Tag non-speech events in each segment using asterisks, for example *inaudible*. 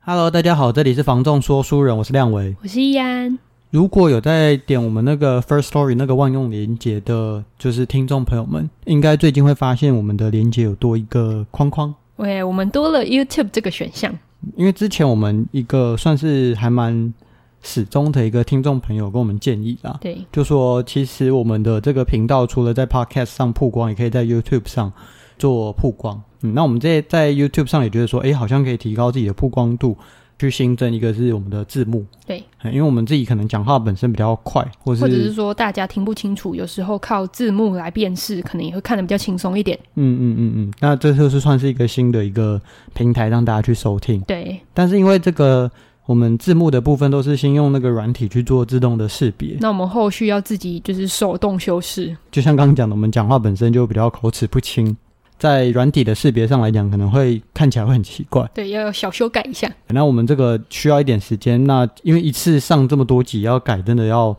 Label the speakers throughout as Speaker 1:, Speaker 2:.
Speaker 1: Hello，大家好，这里是房仲说书人，我是亮维。
Speaker 2: 我是易安，
Speaker 1: 如果有在点我们那个 First Story 那个万用连接的，就是听众朋友们，应该最近会发现我们的连接有多一个框框，
Speaker 2: 喂，我们多了 YouTube 这个选项，
Speaker 1: 因为之前我们一个算是还蛮始终的一个听众朋友跟我们建议啦，
Speaker 2: 对，
Speaker 1: 就说其实我们的这个频道除了在 Podcast 上曝光，也可以在 YouTube 上做曝光。嗯，那我们这在 YouTube 上也觉得说，诶，好像可以提高自己的曝光度，去新增一个是我们的字幕。
Speaker 2: 对
Speaker 1: 嗯，因为我们自己可能讲话本身比较快，或是
Speaker 2: 或者是说大家听不清楚，有时候靠字幕来辨识，可能也会看得比较轻松一点。
Speaker 1: 嗯嗯嗯嗯，那这就是算是一个新的一个平台让大家去收听。
Speaker 2: 对，
Speaker 1: 但是因为这个我们字幕的部分都是先用那个软体去做自动的识别，
Speaker 2: 那我们后续要自己就是手动修饰。
Speaker 1: 就像刚刚讲的，我们讲话本身就比较口齿不清，在软体的识别上来讲，可能会看起来会很奇怪。
Speaker 2: 对，要小修改一下。
Speaker 1: 那我们这个需要一点时间，那因为一次上这么多集要改，真的要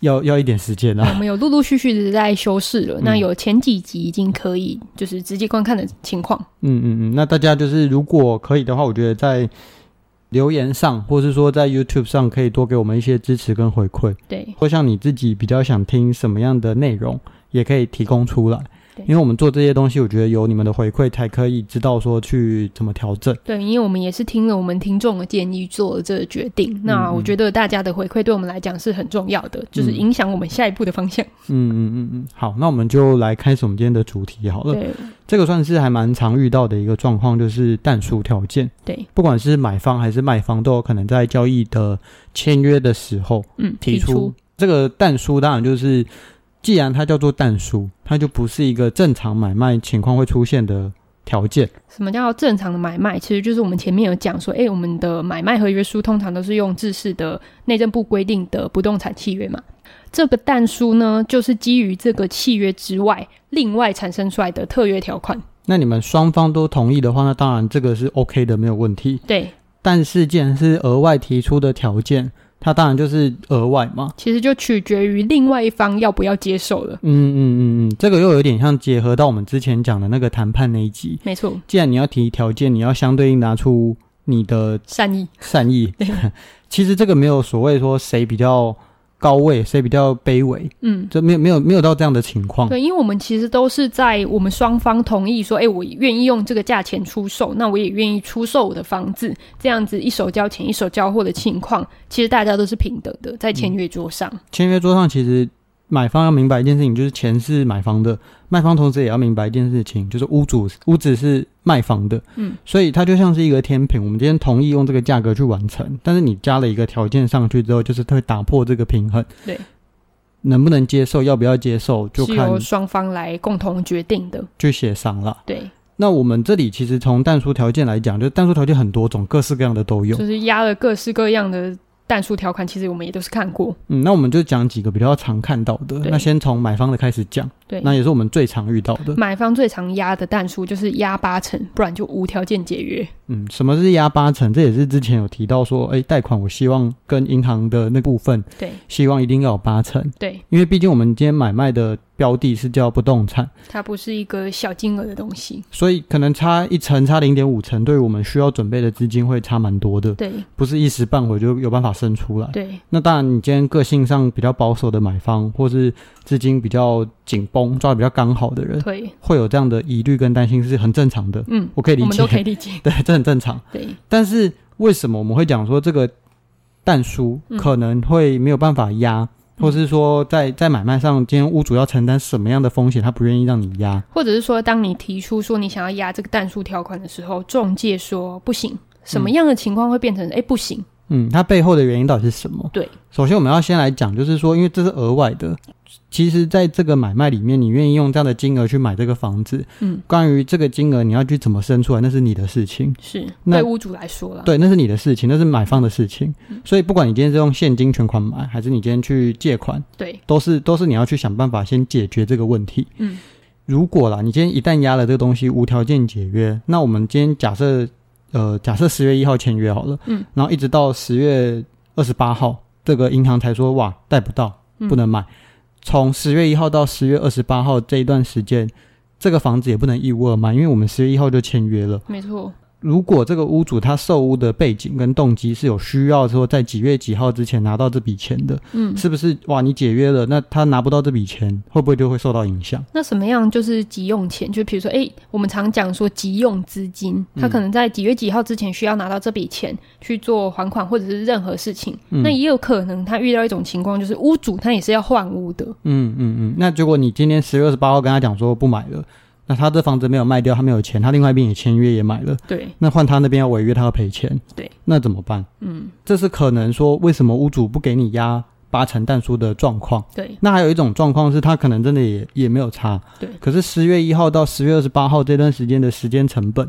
Speaker 1: 要要一点时间
Speaker 2: 我
Speaker 1: 啊。
Speaker 2: 们有陆陆续续的在修饰了。那有前几集已经可以就是直接观看的情况，
Speaker 1: 嗯嗯嗯，那大家就是如果可以的话，我觉得在留言上，或是说在 YouTube 上，可以多给我们一些支持跟回馈，
Speaker 2: 对
Speaker 1: 或像你自己比较想听什么样的内容，也可以提供出来
Speaker 2: 对。
Speaker 1: 因为我们做这些东西，我觉得有你们的回馈，才可以知道说去怎么调整。
Speaker 2: 对，因为我们也是听了我们听众的建议做了这个决定。那我觉得大家的回馈对我们来讲是很重要的，就是影响我们下一步的方向。
Speaker 1: 嗯嗯嗯嗯，好，那我们就来开始我们今天的主题好了。
Speaker 2: 对
Speaker 1: 这个算是还蛮常遇到的一个状况，就是淡出条件，
Speaker 2: 对，
Speaker 1: 不管是买方还是卖方，都有可能在交易的签约的时候
Speaker 2: 嗯，
Speaker 1: 提出
Speaker 2: 出
Speaker 1: 这个淡书。当然就是，既然它叫做淡书，它就不是一个正常买卖情况会出现的条件。
Speaker 2: 什么叫正常的买卖？其实就是我们前面有讲说，哎，我们的买卖合约书通常都是用制式的内政部规定的不动产契约嘛。这个但书呢，就是基于这个契约之外，另外产生出来的特约条款。
Speaker 1: 那你们双方都同意的话，那当然这个是 OK 的，没有问题。
Speaker 2: 对，
Speaker 1: 但是既然是额外提出的条件，它当然就是额外嘛。
Speaker 2: 其实就取决于另外一方要不要接受了。
Speaker 1: 嗯嗯嗯嗯，这个又有点像结合到我们之前讲的那个谈判那一集。
Speaker 2: 没错，
Speaker 1: 既然你要提条件，你要相对应拿出你的
Speaker 2: 善意。
Speaker 1: 善意。 *laughs* 其实这个没有所谓说谁比较高位，谁比较卑微，
Speaker 2: 嗯，
Speaker 1: 这没有没有没有到这样的情况。
Speaker 2: 对，因为我们其实都是在我们双方同意说，哎，我愿意用这个价钱出售，那我也愿意出售我的房子，这样子一手交钱一手交货的情况，其实大家都是平等的，在签约桌上。
Speaker 1: 签约桌上其实。买方要明白一件事情，就是钱是买方的，卖方同时也要明白一件事情，就是屋主屋子是卖方的，
Speaker 2: 嗯，
Speaker 1: 所以它就像是一个天平，我们今天同意用这个价格去完成，但是你加了一个条件上去之后，就是它会打破这个平衡，
Speaker 2: 对，
Speaker 1: 能不能接受，要不要接受，就是看
Speaker 2: 由双方来共同决定的。
Speaker 1: 去协商了。
Speaker 2: 对，
Speaker 1: 那我们这里其实从淡出条件来讲，就是淡出条件很多种，各式各样的都有
Speaker 2: 就。是压了各式各样的弹数条款，其实我们也都是看过。
Speaker 1: 嗯，那我们就讲几个比较常看到的。
Speaker 2: 对
Speaker 1: 那先从买方的开始讲，
Speaker 2: 对，
Speaker 1: 那也是我们最常遇到的。
Speaker 2: 买方最常压的弹数就是压八成，不然就无条件解约。
Speaker 1: 嗯，什么是压八成？这也是之前有提到说，哎，贷款我希望跟银行的那部分，
Speaker 2: 对
Speaker 1: 希望一定要有八成，
Speaker 2: 对，
Speaker 1: 因为毕竟我们今天买卖的标的是叫不动产，
Speaker 2: 它不是一个小金额的东西。
Speaker 1: 所以可能差一成、差零点五成，对于我们需要准备的资金会差蛮多的，
Speaker 2: 对
Speaker 1: 不是一时半会就有办法生出来。
Speaker 2: 对
Speaker 1: 那当然，你今天个性上比较保守的买方，或是资金比较紧绷、抓的比较刚好的人，
Speaker 2: 对，
Speaker 1: 会有这样的疑虑跟担心是很正常的，
Speaker 2: 嗯，
Speaker 1: 我可以理
Speaker 2: 我们
Speaker 1: 解。
Speaker 2: 都，可以理解
Speaker 1: *laughs* 对，这很正常。
Speaker 2: 对
Speaker 1: 但是为什么我们会讲说这个蛋书
Speaker 2: 嗯
Speaker 1: 可能会没有办法压，或是说在在买卖上，今天屋主要承担什么样的风险，他不愿意让你压？
Speaker 2: 或者是说，当你提出说你想要压这个弹数条款的时候，中介说不行，什么样的情况会变成哎、不行？
Speaker 1: 嗯，它背后的原因到底是什么？
Speaker 2: 对，
Speaker 1: 首先我们要先来讲，就是说，因为这是额外的，其实在这个买卖里面，你愿意用这样的金额去买这个房子，
Speaker 2: 嗯，
Speaker 1: 关于这个金额你要去怎么生出来，那是你的事情。
Speaker 2: 是
Speaker 1: 那
Speaker 2: 对屋主来说了，
Speaker 1: 对，那是你的事情，那是买方的事情。
Speaker 2: 嗯
Speaker 1: 所以不管你今天是用现金全款买，还是你今天去借款，
Speaker 2: 对，
Speaker 1: 都是都是你要去想办法先解决这个问题。
Speaker 2: 嗯，
Speaker 1: 如果啦，你今天一旦压了这个东西无条件解约，那我们今天假设呃假设十月一号签约好了，
Speaker 2: 嗯，
Speaker 1: 然后一直到十月二十八号，这个银行才说哇贷不到，
Speaker 2: 嗯
Speaker 1: 不能买。从十月一号到十月二十八号这一段时间，这个房子也不能一屋二卖，因为我们十月一号就签约了。
Speaker 2: 没错，
Speaker 1: 如果这个屋主他售屋的背景跟动机是有需要说在几月几号之前拿到这笔钱的，
Speaker 2: 嗯，
Speaker 1: 是不是？哇，你解约了，那他拿不到这笔钱，会不会就会受到影响？
Speaker 2: 那什么样就是急用钱？就比如说，哎、我们常讲说急用资金，
Speaker 1: 嗯
Speaker 2: 他可能在几月几号之前需要拿到这笔钱去做还款或者是任何事情。
Speaker 1: 嗯
Speaker 2: 那也有可能他遇到一种情况，就是屋主他也是要换屋的，
Speaker 1: 嗯嗯嗯。那结果你今天十月二十八号跟他讲说不买了，那他这房子没有卖掉，他没有钱，他另外一边也签约也买了，
Speaker 2: 对，
Speaker 1: 那换他那边要违约，他要赔钱。
Speaker 2: 对，
Speaker 1: 那怎么办？
Speaker 2: 嗯，
Speaker 1: 这是可能说为什么屋主不给你押八成蛋书的状况。
Speaker 2: 对，
Speaker 1: 那还有一种状况是，他可能真的也也没有差。
Speaker 2: 对
Speaker 1: 可是十月一号到十月二十八号这段时间的时间成本，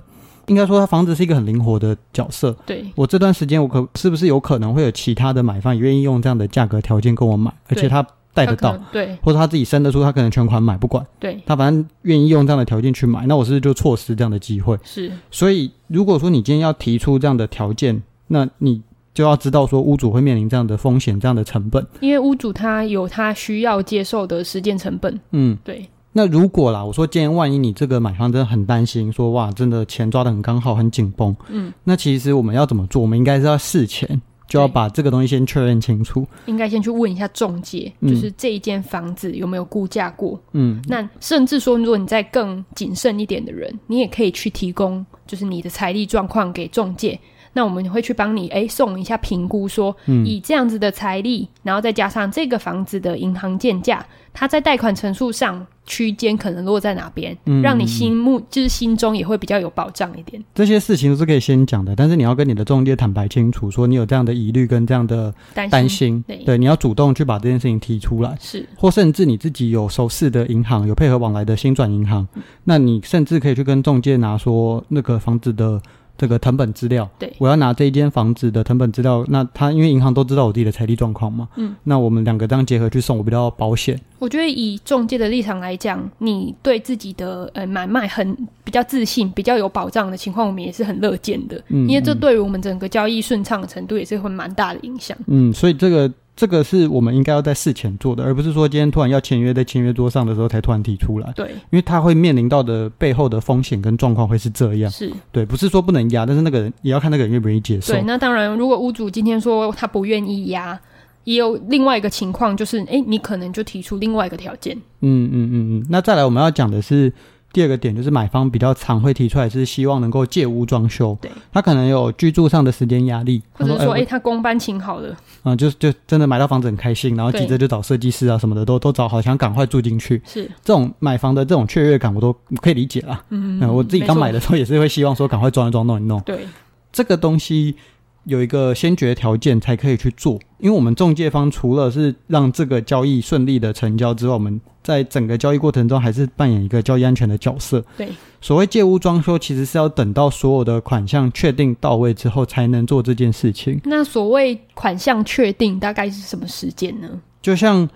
Speaker 1: 应该说他房子是一个很灵活的角色。
Speaker 2: 对，
Speaker 1: 我这段时间我可是不是有可能会有其他的买方也愿意用这样的价格条件跟我买，而
Speaker 2: 对
Speaker 1: 且他贷
Speaker 2: 他
Speaker 1: 得
Speaker 2: 可
Speaker 1: 到，
Speaker 2: 能，对，
Speaker 1: 或者他自己生得出，他可能全款买不管，
Speaker 2: 对，
Speaker 1: 他反正愿意用这样的条件去买，那我是不是就错失这样的机会？
Speaker 2: 是，
Speaker 1: 所以如果说你今天要提出这样的条件，那你就要知道说屋主会面临这样的风险、这样的成本。
Speaker 2: 因为屋主他有他需要接受的实践成本，
Speaker 1: 嗯，
Speaker 2: 对，
Speaker 1: 那如果啦，我说今天万一你这个买方真的很担心，说哇，真的钱抓得很刚好，很紧绷，
Speaker 2: 嗯，
Speaker 1: 那其实我们要怎么做？我们应该是要事前就要
Speaker 2: 对
Speaker 1: 把这个东西先确认清楚，
Speaker 2: 应该先去问一下中介，
Speaker 1: 嗯
Speaker 2: 就是这一间房子有没有估价过。
Speaker 1: 嗯，
Speaker 2: 那甚至说，如果你再更谨慎一点的人，你也可以去提供，就是你的财力状况给中介。那我们会去帮你诶送一下评估说，
Speaker 1: 嗯
Speaker 2: 以这样子的财力，然后再加上这个房子的银行建价，它在贷款成数上区间可能落在哪边，
Speaker 1: 嗯
Speaker 2: 让你心目就是心中也会比较有保障一点。
Speaker 1: 这些事情都是可以先讲的，但是你要跟你的中介坦白清楚，说你有这样的疑虑跟这样的
Speaker 2: 担心
Speaker 1: 担心，
Speaker 2: 对
Speaker 1: 对，你要主动去把这件事情提出来。
Speaker 2: 是
Speaker 1: 或甚至你自己有熟识的银行，有配合往来的新转银行，
Speaker 2: 嗯
Speaker 1: 那你甚至可以去跟中介拿说那个房子的这个成本资料。
Speaker 2: 对
Speaker 1: 我要拿这一间房子的成本资料，那他因为银行都知道我自己的财力状况嘛，
Speaker 2: 嗯，
Speaker 1: 那我们两个这样结合去送，我比较保险。
Speaker 2: 我觉得以中介的立场来讲，你对自己的呃买卖很比较自信、比较有保障的情况，我们也是很乐见的，
Speaker 1: 嗯
Speaker 2: 因为这对于我们整个交易顺畅的程度也是会蛮大的影响。
Speaker 1: 嗯，所以这个这个是我们应该要在事前做的，而不是说今天突然要签约，在签约桌上的时候才突然提出来，
Speaker 2: 对，
Speaker 1: 因为他会面临到的背后的风险跟状况会是这样。
Speaker 2: 是
Speaker 1: 对，不是说不能压，但是那个人也要看那个人愿不愿意接受
Speaker 2: 对。。那当然，如果屋主今天说他不愿意压，也有另外一个情况，就是哎，诶你可能就提出另外一个条件。
Speaker 1: 嗯嗯嗯嗯，那再来我们要讲的是第二个点，就是买方比较常会提出来是希望能够借屋装修，
Speaker 2: 对，
Speaker 1: 他可能有居住上的时间压力，
Speaker 2: 或者
Speaker 1: 他
Speaker 2: 是说，
Speaker 1: 哎
Speaker 2: 哎，他公班请好了，
Speaker 1: 我嗯，就就真的买到房子很开心，然后急着
Speaker 2: 对
Speaker 1: 就找设计师啊什么的，都都找好，想赶快住进去。
Speaker 2: 是，
Speaker 1: 这种买房的这种雀跃感，我都可以理解啦。
Speaker 2: 嗯
Speaker 1: 嗯，我自己刚买
Speaker 2: 的，
Speaker 1: 的时候也是会希望说赶快装一装弄一弄。
Speaker 2: 对，
Speaker 1: 这个东西有一个先决条件才可以去做，因为我们中介方除了是让这个交易顺利的成交之外，我们在整个交易过程中还是扮演一个交易安全的角色。
Speaker 2: 对，
Speaker 1: 所谓借屋装修，其实是要等到所有的款项确定到位之后才能做这件事情。
Speaker 2: 那所谓款项确定大概是什么时间呢？
Speaker 1: 就像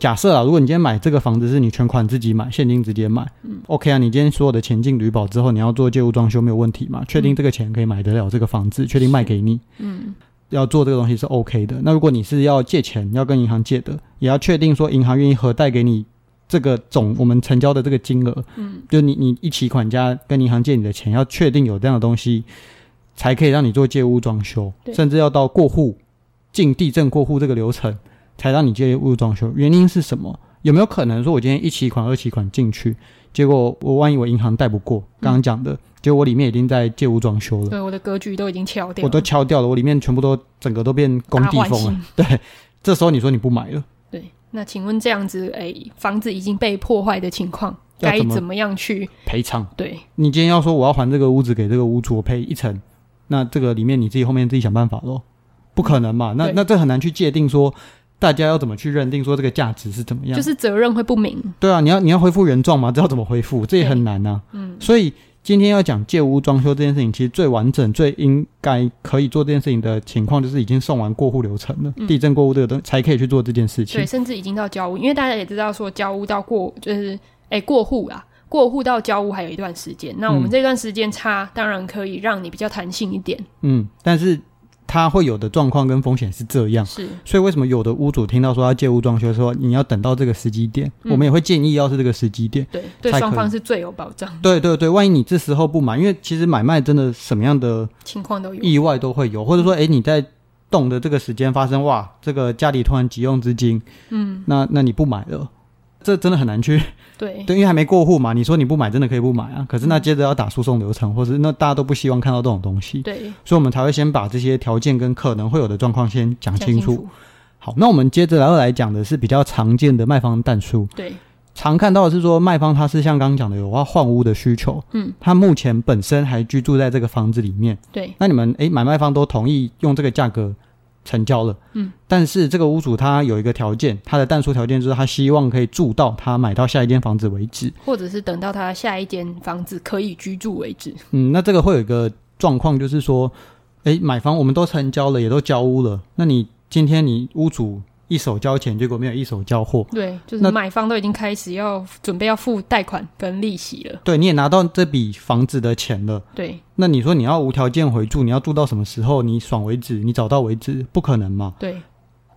Speaker 1: 假设啊，如果你今天买这个房子是你全款自己买，现金直接买，嗯，OK 啊，你今天所有的钱进旅保之后，你要做借屋装修没有问题嘛？确定这个钱可以买得了这个房子，确定卖给你，
Speaker 2: 嗯，
Speaker 1: 要做这个东西是 OK 的。那如果你是要借钱，要跟银行借的，也要确定说银行愿意核贷给你这个总我们成交的这个金额，
Speaker 2: 嗯，
Speaker 1: 就你你一起款加跟银行借你的钱，要确定有这样的东西，才可以让你做借屋装修，
Speaker 2: 对
Speaker 1: 甚至要到过户进地震过户这个流程，才让你借屋装修。原因是什么？有没有可能说我今天一期款、二期款进去，结果我万一我银行贷不过，刚刚讲的，结果我里面已经在借屋装修了。
Speaker 2: 对，我的格局都已经敲掉了，啊
Speaker 1: 我都敲掉了，我里面全部都整个都变工地
Speaker 2: 大换
Speaker 1: 风了
Speaker 2: 新。
Speaker 1: 对，这时候你说你不买了，
Speaker 2: 对，那请问这样子，哎、房子已经被破坏的情况，
Speaker 1: 要
Speaker 2: 该
Speaker 1: 怎么
Speaker 2: 怎么样去？
Speaker 1: 赔偿。
Speaker 2: 对，
Speaker 1: 你今天要说我要还这个屋子给这个屋主，我赔一层，那这个里面你自己后面自己想办法咯。不可能嘛？那
Speaker 2: 对
Speaker 1: 那这很难去界定说大家要怎么去认定说这个价值是怎么样。
Speaker 2: 就是责任会不明。
Speaker 1: 对啊，你要你要恢复原状嘛？这要怎么恢复？这也
Speaker 2: 对
Speaker 1: 很难啊。
Speaker 2: 嗯，
Speaker 1: 所以今天要讲借屋装修这件事情，其实最完整、最应该可以做这件事情的情况，就是已经送完过户流程了，
Speaker 2: 嗯
Speaker 1: 地震过户这个东西才可以去做这件事情
Speaker 2: 对，。甚至已经到交屋，因为大家也知道说交屋到过就是哎、过户啦，过户到交屋还有一段时间。那我们
Speaker 1: 嗯
Speaker 2: 这段时间差，当然可以让你比较弹性一点。
Speaker 1: 嗯，但是它会有的状况跟风险是这样。
Speaker 2: 是，
Speaker 1: 所以为什么有的屋主听到说要借屋装修的时候，你要等到这个时机点？
Speaker 2: 嗯
Speaker 1: 我们也会建议要是这个时机点。
Speaker 2: 对，对
Speaker 1: 才可以
Speaker 2: 双方是最有保障，
Speaker 1: 对对对，万一你这时候不买，因为其实买卖真的什么样的
Speaker 2: 情况都有。
Speaker 1: 意外都会有，或者说，哎，你在动的这个时间发生，哇，这个家里突然急用资金，
Speaker 2: 嗯，
Speaker 1: 那那你不买了，这真的很难去
Speaker 2: 对，
Speaker 1: 对，因为还没过户嘛，你说你不买，真的可以不买啊。可是
Speaker 2: 嗯
Speaker 1: 那接着要打诉讼流程，或是那大家都不希望看到这种东西，
Speaker 2: 对，
Speaker 1: 所以我们才会先把这些条件跟可能会有的状况先讲
Speaker 2: 讲
Speaker 1: 清楚。。好，那我们接着来来讲的是比较常见的卖方弹数，
Speaker 2: 对，
Speaker 1: 常看到的是说卖方他是像刚刚讲的有要换屋的需求，
Speaker 2: 嗯，
Speaker 1: 他目前本身还居住在这个房子里面，
Speaker 2: 对，
Speaker 1: 那你们诶买卖方都同意用这个价格成交了，
Speaker 2: 嗯，
Speaker 1: 但是这个屋主他有一个条件，他的淡出条件就是他希望可以住到他买到下一间房子为止，
Speaker 2: 或者是等到他下一间房子可以居住为止。
Speaker 1: 嗯，那这个会有一个状况，就是说，诶，买房我们都成交了，也都交屋了，那你今天你屋主一手交钱，结果没有一手交货，
Speaker 2: 对，就
Speaker 1: 那
Speaker 2: 是买方都已经开始要准备要付贷款跟利息了。
Speaker 1: 对，你也拿到这笔房子的钱了。
Speaker 2: 对，
Speaker 1: 那你说你要无条件回住，你要住到什么时候？你爽为止，你找到为止，不可能嘛？
Speaker 2: 对，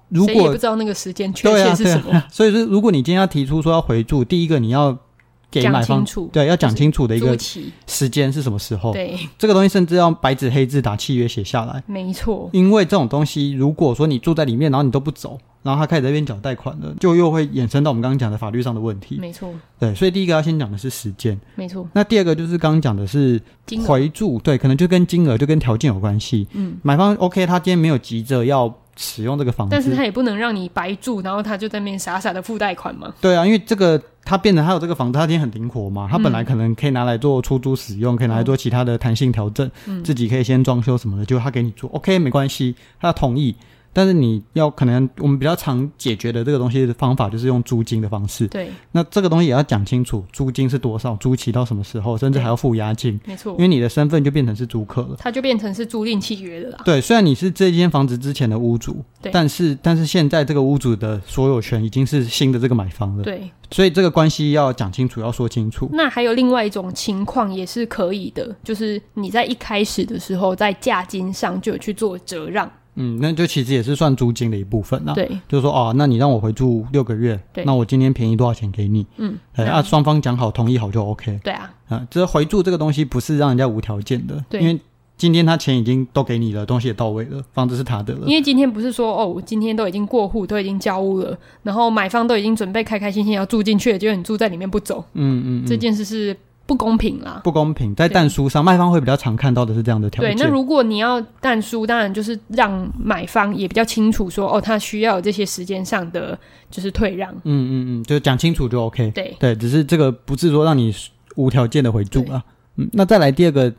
Speaker 1: 如
Speaker 2: 谁也不
Speaker 1: 果
Speaker 2: 知道那个时间确
Speaker 1: 对啊
Speaker 2: 切是什么，
Speaker 1: 所以说，如果你今天要提出说要回住，第一个你要 *laughs* 给
Speaker 2: 讲
Speaker 1: 买
Speaker 2: 清
Speaker 1: 方
Speaker 2: 楚
Speaker 1: 对要讲清楚的一
Speaker 2: 租
Speaker 1: 个哦
Speaker 2: 期。
Speaker 1: 时间是什么时候，
Speaker 2: 对，
Speaker 1: 这个东西甚至要白纸黑字打契约写下来，
Speaker 2: 没错，
Speaker 1: 因为这种东西，如果说你住在里面，然后你都不走，然后他开始在那边缴贷款了，就又会衍生到我们刚刚讲的法律上的问题。
Speaker 2: 没错，
Speaker 1: 对，所以第一个要先讲的是时间，
Speaker 2: 没错，
Speaker 1: 那第二个就是刚刚讲的是
Speaker 2: 金额
Speaker 1: 回住，对，可能就跟金额就跟条件有关系。
Speaker 2: 嗯，
Speaker 1: 买方 OK，他今天没有急着要使用这个房
Speaker 2: 但是
Speaker 1: 子，
Speaker 2: 他也不能让你白住，然后他就在那边傻傻的付贷款嘛。
Speaker 1: 对啊，因为这个他变成他有这个房子，他今天很灵活
Speaker 2: 嗯
Speaker 1: 嘛，他本来可能可以拿来做出租使用，可以拿来做其他的弹性调整，
Speaker 2: 嗯
Speaker 1: 自己可以先装修什么的，就他给你做 OK 没关系，他同意。但是你要可能我们比较常解决的这个东西的方法就是用租金的方式，
Speaker 2: 对，
Speaker 1: 那这个东西也要讲清楚，租金是多少，租期到什么时候，甚至还要付押金，
Speaker 2: 没错
Speaker 1: 因，为你的身份就变成是租客了。
Speaker 2: 他就变成是租赁契约了啦。
Speaker 1: 对，虽然你是这间房子之前的屋主，
Speaker 2: 啊对
Speaker 1: 但是但是现在这个屋主的所有权已经是新的这个买方了，
Speaker 2: 对，
Speaker 1: 所以这个关系要讲清楚，要说清楚。
Speaker 2: 那还有另外一种情况也是可以的，就是你在一开始的时候在价金上就有去做折让，
Speaker 1: 嗯，那就其实也是算租金的一部分啦。，
Speaker 2: 对
Speaker 1: 就是说哦，那你让我回住六个月，
Speaker 2: 对
Speaker 1: 那我今天便宜多少钱给你？
Speaker 2: 嗯，
Speaker 1: 哎，
Speaker 2: 那
Speaker 1: 啊，双方讲好同意好就 OK
Speaker 2: 对啊，
Speaker 1: 啊。这回住这个东西不是让人家无条件的，
Speaker 2: 对
Speaker 1: 因为今天他钱已经都给你了，东西也到位了，房子是他的了
Speaker 2: 因。为今天不是说哦，我今天都已经过户，都已经交屋了，然后买方都已经准备开开心心要住进去了，结果你住在里面不走，
Speaker 1: 嗯嗯
Speaker 2: 这
Speaker 1: 嗯，
Speaker 2: 件事是不公平啦。
Speaker 1: 不公平，在
Speaker 2: 对
Speaker 1: 蛋书上卖方会比较常看到的是这样的条
Speaker 2: 对，
Speaker 1: 件。
Speaker 2: 那如果你要但书，当然就是让买方也比较清楚说，哦，他需要有这些时间上的就是退让，
Speaker 1: 嗯嗯嗯，就讲清楚就 OK。
Speaker 2: 对，
Speaker 1: 对，只是这个不是说让你无条件的回住啊。嗯，那再来第二个，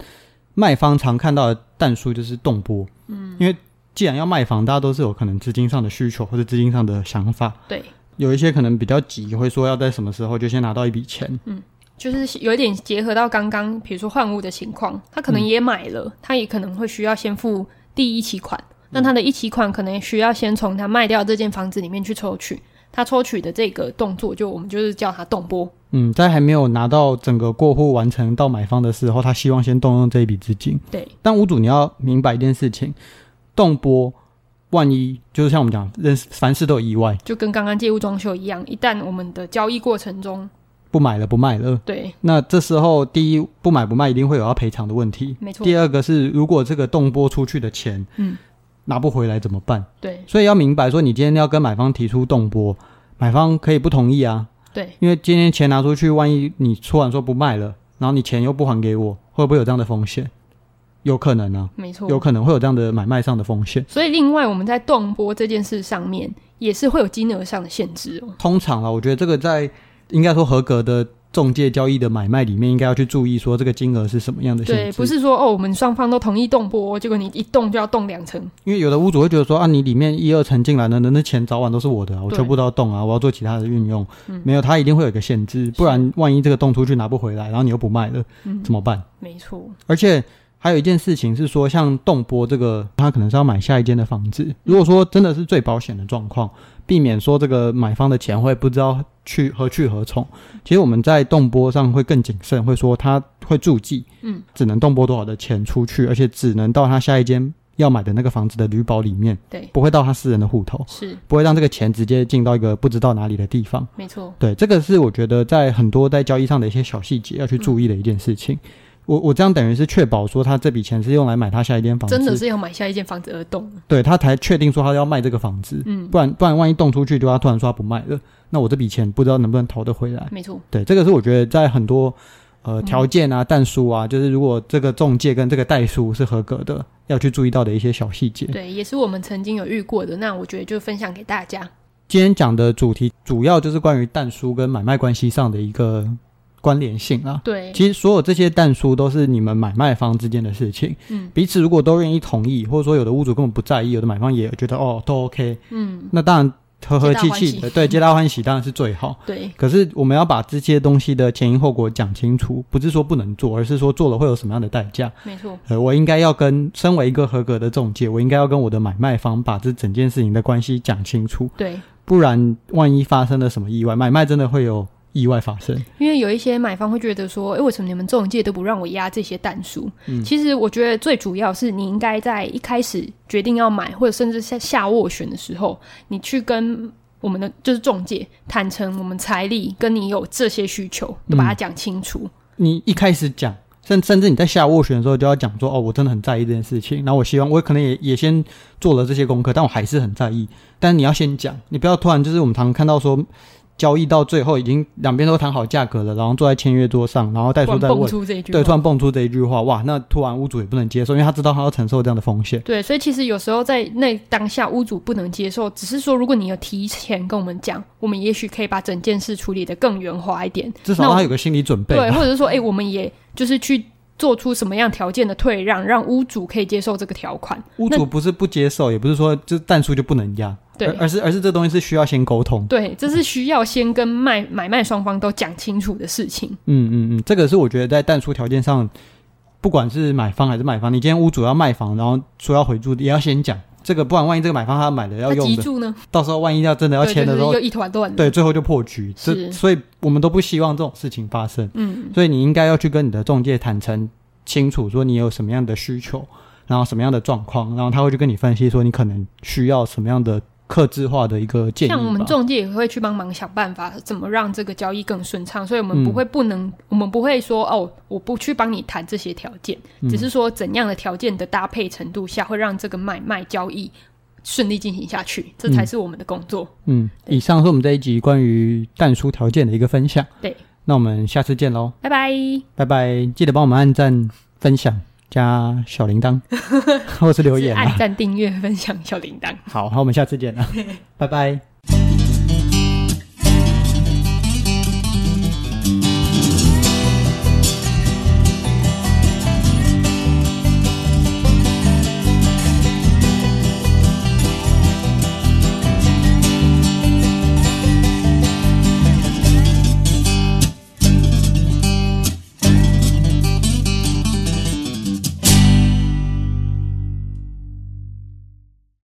Speaker 1: 卖方常看到的弹数就是动波。嗯，因为既然要卖房，大家都是有可能资金上的需求或者资金上的想法。
Speaker 2: 对，
Speaker 1: 有一些可能比较急，会说要在什么时候就先拿到一笔钱。
Speaker 2: 就是有一点结合到刚刚，比如说换屋的情况，他可能
Speaker 1: 嗯
Speaker 2: 也买了，他也可能会需要先付第一期款，那他的一期款可能需要先从他卖掉这间房子里面去抽取，他抽取的这个动作就我们就是叫他动波，
Speaker 1: 嗯，在还没有拿到整个过户完成到买方的时候，他希望先动用这一笔资金。
Speaker 2: 对，
Speaker 1: 但屋主你要明白一件事情，动波万一就是像我们讲，人凡事都有意外，
Speaker 2: 就跟刚刚借屋装修一样，一旦我们的交易过程中，
Speaker 1: 不买了不卖了，
Speaker 2: 对，
Speaker 1: 那这时候，第一不买不卖，一定会有要赔偿的问题。
Speaker 2: 没错，
Speaker 1: 第二个是，如果这个动拨出去的钱，
Speaker 2: 嗯，
Speaker 1: 拿不回来怎么办？
Speaker 2: 对
Speaker 1: 所以要明白说，你今天要跟买方提出动拨，买方可以不同意啊，
Speaker 2: 对，
Speaker 1: 因为今天钱拿出去，万一你突然说不卖了，然后你钱又不还给我，会不会有这样的风险？有可能啊，
Speaker 2: 没错，
Speaker 1: 有可能会有这样的买卖上的风险。
Speaker 2: 所以，另外我们在动波这件事上面，也是会有金额上的限制哦。
Speaker 1: 通常啊，我觉得这个在应该说合格的中介交易的买卖里面，应该要去注意说这个金额是什么样的性质。
Speaker 2: 对，不是说哦，我们双方都同意动波，结果你一动就要动两层。
Speaker 1: 因为有的屋主会觉得说啊，你里面一二层进来了，那那钱早晚都是我的啊，我
Speaker 2: 对
Speaker 1: 全部都要动啊，我要做其他的运用。
Speaker 2: 嗯
Speaker 1: 没有，它一定会有一个限制，不然万一这个动出去拿不回来，然后你又不卖了，
Speaker 2: 嗯
Speaker 1: 怎么办？
Speaker 2: 没错，
Speaker 1: 而且还有一件事情是说，像动波这个，他可能是要买下一间的房子。如果说真的是最保险的状况，避免说这个买方的钱会不知道去何去何从。其实我们在动波上会更谨慎，会说他会注记，
Speaker 2: 嗯，
Speaker 1: 只能动拨多少的钱出去，而且只能到他下一间要买的那个房子的旅保里面，
Speaker 2: 对，
Speaker 1: 不会到他私人的户头，
Speaker 2: 是
Speaker 1: 不会让这个钱直接进到一个不知道哪里的地方。
Speaker 2: 没错，
Speaker 1: 对，这个是我觉得在很多在交易上的一些小细节要去
Speaker 2: 嗯
Speaker 1: 注意的一件事情。我我这样等于是确保说他这笔钱是用来买他下一间房子，
Speaker 2: 真的是要买下一间房子而动。
Speaker 1: 对他才确定说他要卖这个房子，
Speaker 2: 嗯，
Speaker 1: 不然不然万一动出去，就他突然说他不卖了，那我这笔钱不知道能不能讨得回来。
Speaker 2: 没错，
Speaker 1: 对，这个是我觉得在很多呃
Speaker 2: 嗯
Speaker 1: 条件啊、弹书啊，就是如果这个中介跟这个代书是合格的，要去注意到的一些小细节。
Speaker 2: 对，也是我们曾经有遇过的。那我觉得就分享给大家。
Speaker 1: 今天讲的主题主要就是关于弹书跟买卖关系上的一个关联性啊。
Speaker 2: 对，
Speaker 1: 其实所有这些弹书都是你们买卖方之间的事情， *laughs*
Speaker 2: 嗯
Speaker 1: 彼此如果都愿意同意，或者说有的屋主根本不在意，有的买方也觉得哦都 OK，
Speaker 2: 嗯，
Speaker 1: 那当然和和气气
Speaker 2: 皆大
Speaker 1: 的，对，皆大欢喜当然是最好。
Speaker 2: 对，
Speaker 1: 可是我们要把这些东西的前因后果讲清楚，不是说不能做，而是说做了会有什么样的代价。
Speaker 2: 没错，
Speaker 1: 呃，我应该要跟身为一个合格的中介，我应该要跟我的买卖方把这整件事情的关系讲清楚，
Speaker 2: 对。
Speaker 1: 不然万一发生了什么意外，买卖真的会有意外发生。
Speaker 2: 因为有一些买方会觉得说，哎，为什么你们中介都不让我压这些单数？
Speaker 1: 嗯
Speaker 2: 其实我觉得最主要是你应该在一开始决定要买，或者甚至下下斡旋的时候，你去跟我们的就是中介坦诚我们财力跟你有这些需求，都
Speaker 1: 嗯
Speaker 2: 把它讲清楚。
Speaker 1: 你一开始讲，甚甚至你在下斡旋的时候就要讲说，哦，我真的很在意这件事情，然后我希望我可能也也先做了这些功课，但我还是很在意。但你要先讲，你不要突然就是我们常看到说。交易到最后已经两边都谈好价格了，然后坐在签约桌上，然后代
Speaker 2: 突
Speaker 1: 书
Speaker 2: 然
Speaker 1: 在
Speaker 2: 蹦
Speaker 1: 问，
Speaker 2: 出这一句话，
Speaker 1: 对，突然蹦出这一句话，哇，那突然屋主也不能接受，因为他知道他要承受这样的风险。
Speaker 2: 对，所以其实有时候在那当下，屋主不能接受，只是说如果你有提前跟我们讲，我们也许可以把整件事处理的更圆滑一点。
Speaker 1: 至少
Speaker 2: 那我
Speaker 1: 让他有个心理准备吧。
Speaker 2: 对，或者是说，哎、我们也就是去做出什么样条件的退让，让屋主可以接受这个条款。
Speaker 1: 屋主不是不接受，也不是说就淡出就不能压，
Speaker 2: 对
Speaker 1: 而而是而是这东西是需要先沟通的。
Speaker 2: 对，这是需要先跟卖买卖双方都讲清楚的事情。
Speaker 1: 嗯嗯嗯，这个是我觉得在淡出条件上，不管是买方还是卖方，你今天屋主要卖房，然后说要回住，也要先讲这个，不然万一这个买方他买了要
Speaker 2: 那
Speaker 1: 用
Speaker 2: 急
Speaker 1: 的，
Speaker 2: 住呢？
Speaker 1: 到时候万一要真的要
Speaker 2: 对，
Speaker 1: 签
Speaker 2: 就
Speaker 1: 的
Speaker 2: 是
Speaker 1: 时候，
Speaker 2: 又一团乱。，
Speaker 1: 对，最后就破局。这
Speaker 2: 是
Speaker 1: 所以我们都不希望这种事情发生，
Speaker 2: 嗯，
Speaker 1: 所以你应该要去跟你的中介坦诚清楚，说你有什么样的需求，然后什么样的状况，然后他会去跟你分析说你可能需要什么样的克制化的一个建议吧。
Speaker 2: 像我们中介也会去帮忙想办法，怎么让这个交易更顺畅。所以我们
Speaker 1: 嗯
Speaker 2: 不会不能，我们不会说哦，我不去帮你谈这些条件，
Speaker 1: 嗯
Speaker 2: 只是说怎样的条件的搭配程度下，会让这个买卖交易顺利进行下去，这才
Speaker 1: 嗯
Speaker 2: 是我们的工作。
Speaker 1: 嗯，以上是我们这一集关于淡书条件的一个分享。
Speaker 2: 对，
Speaker 1: 那我们下次见喽，
Speaker 2: 拜拜。
Speaker 1: 拜拜！记得帮我们按赞、分享、加小铃
Speaker 2: *laughs*
Speaker 1: 铛，或是留
Speaker 2: 是
Speaker 1: 言
Speaker 2: 按
Speaker 1: 啊。
Speaker 2: 赞、订阅、分享小铃铛。 *laughs*
Speaker 1: 好，好，我们下次见啊，拜拜。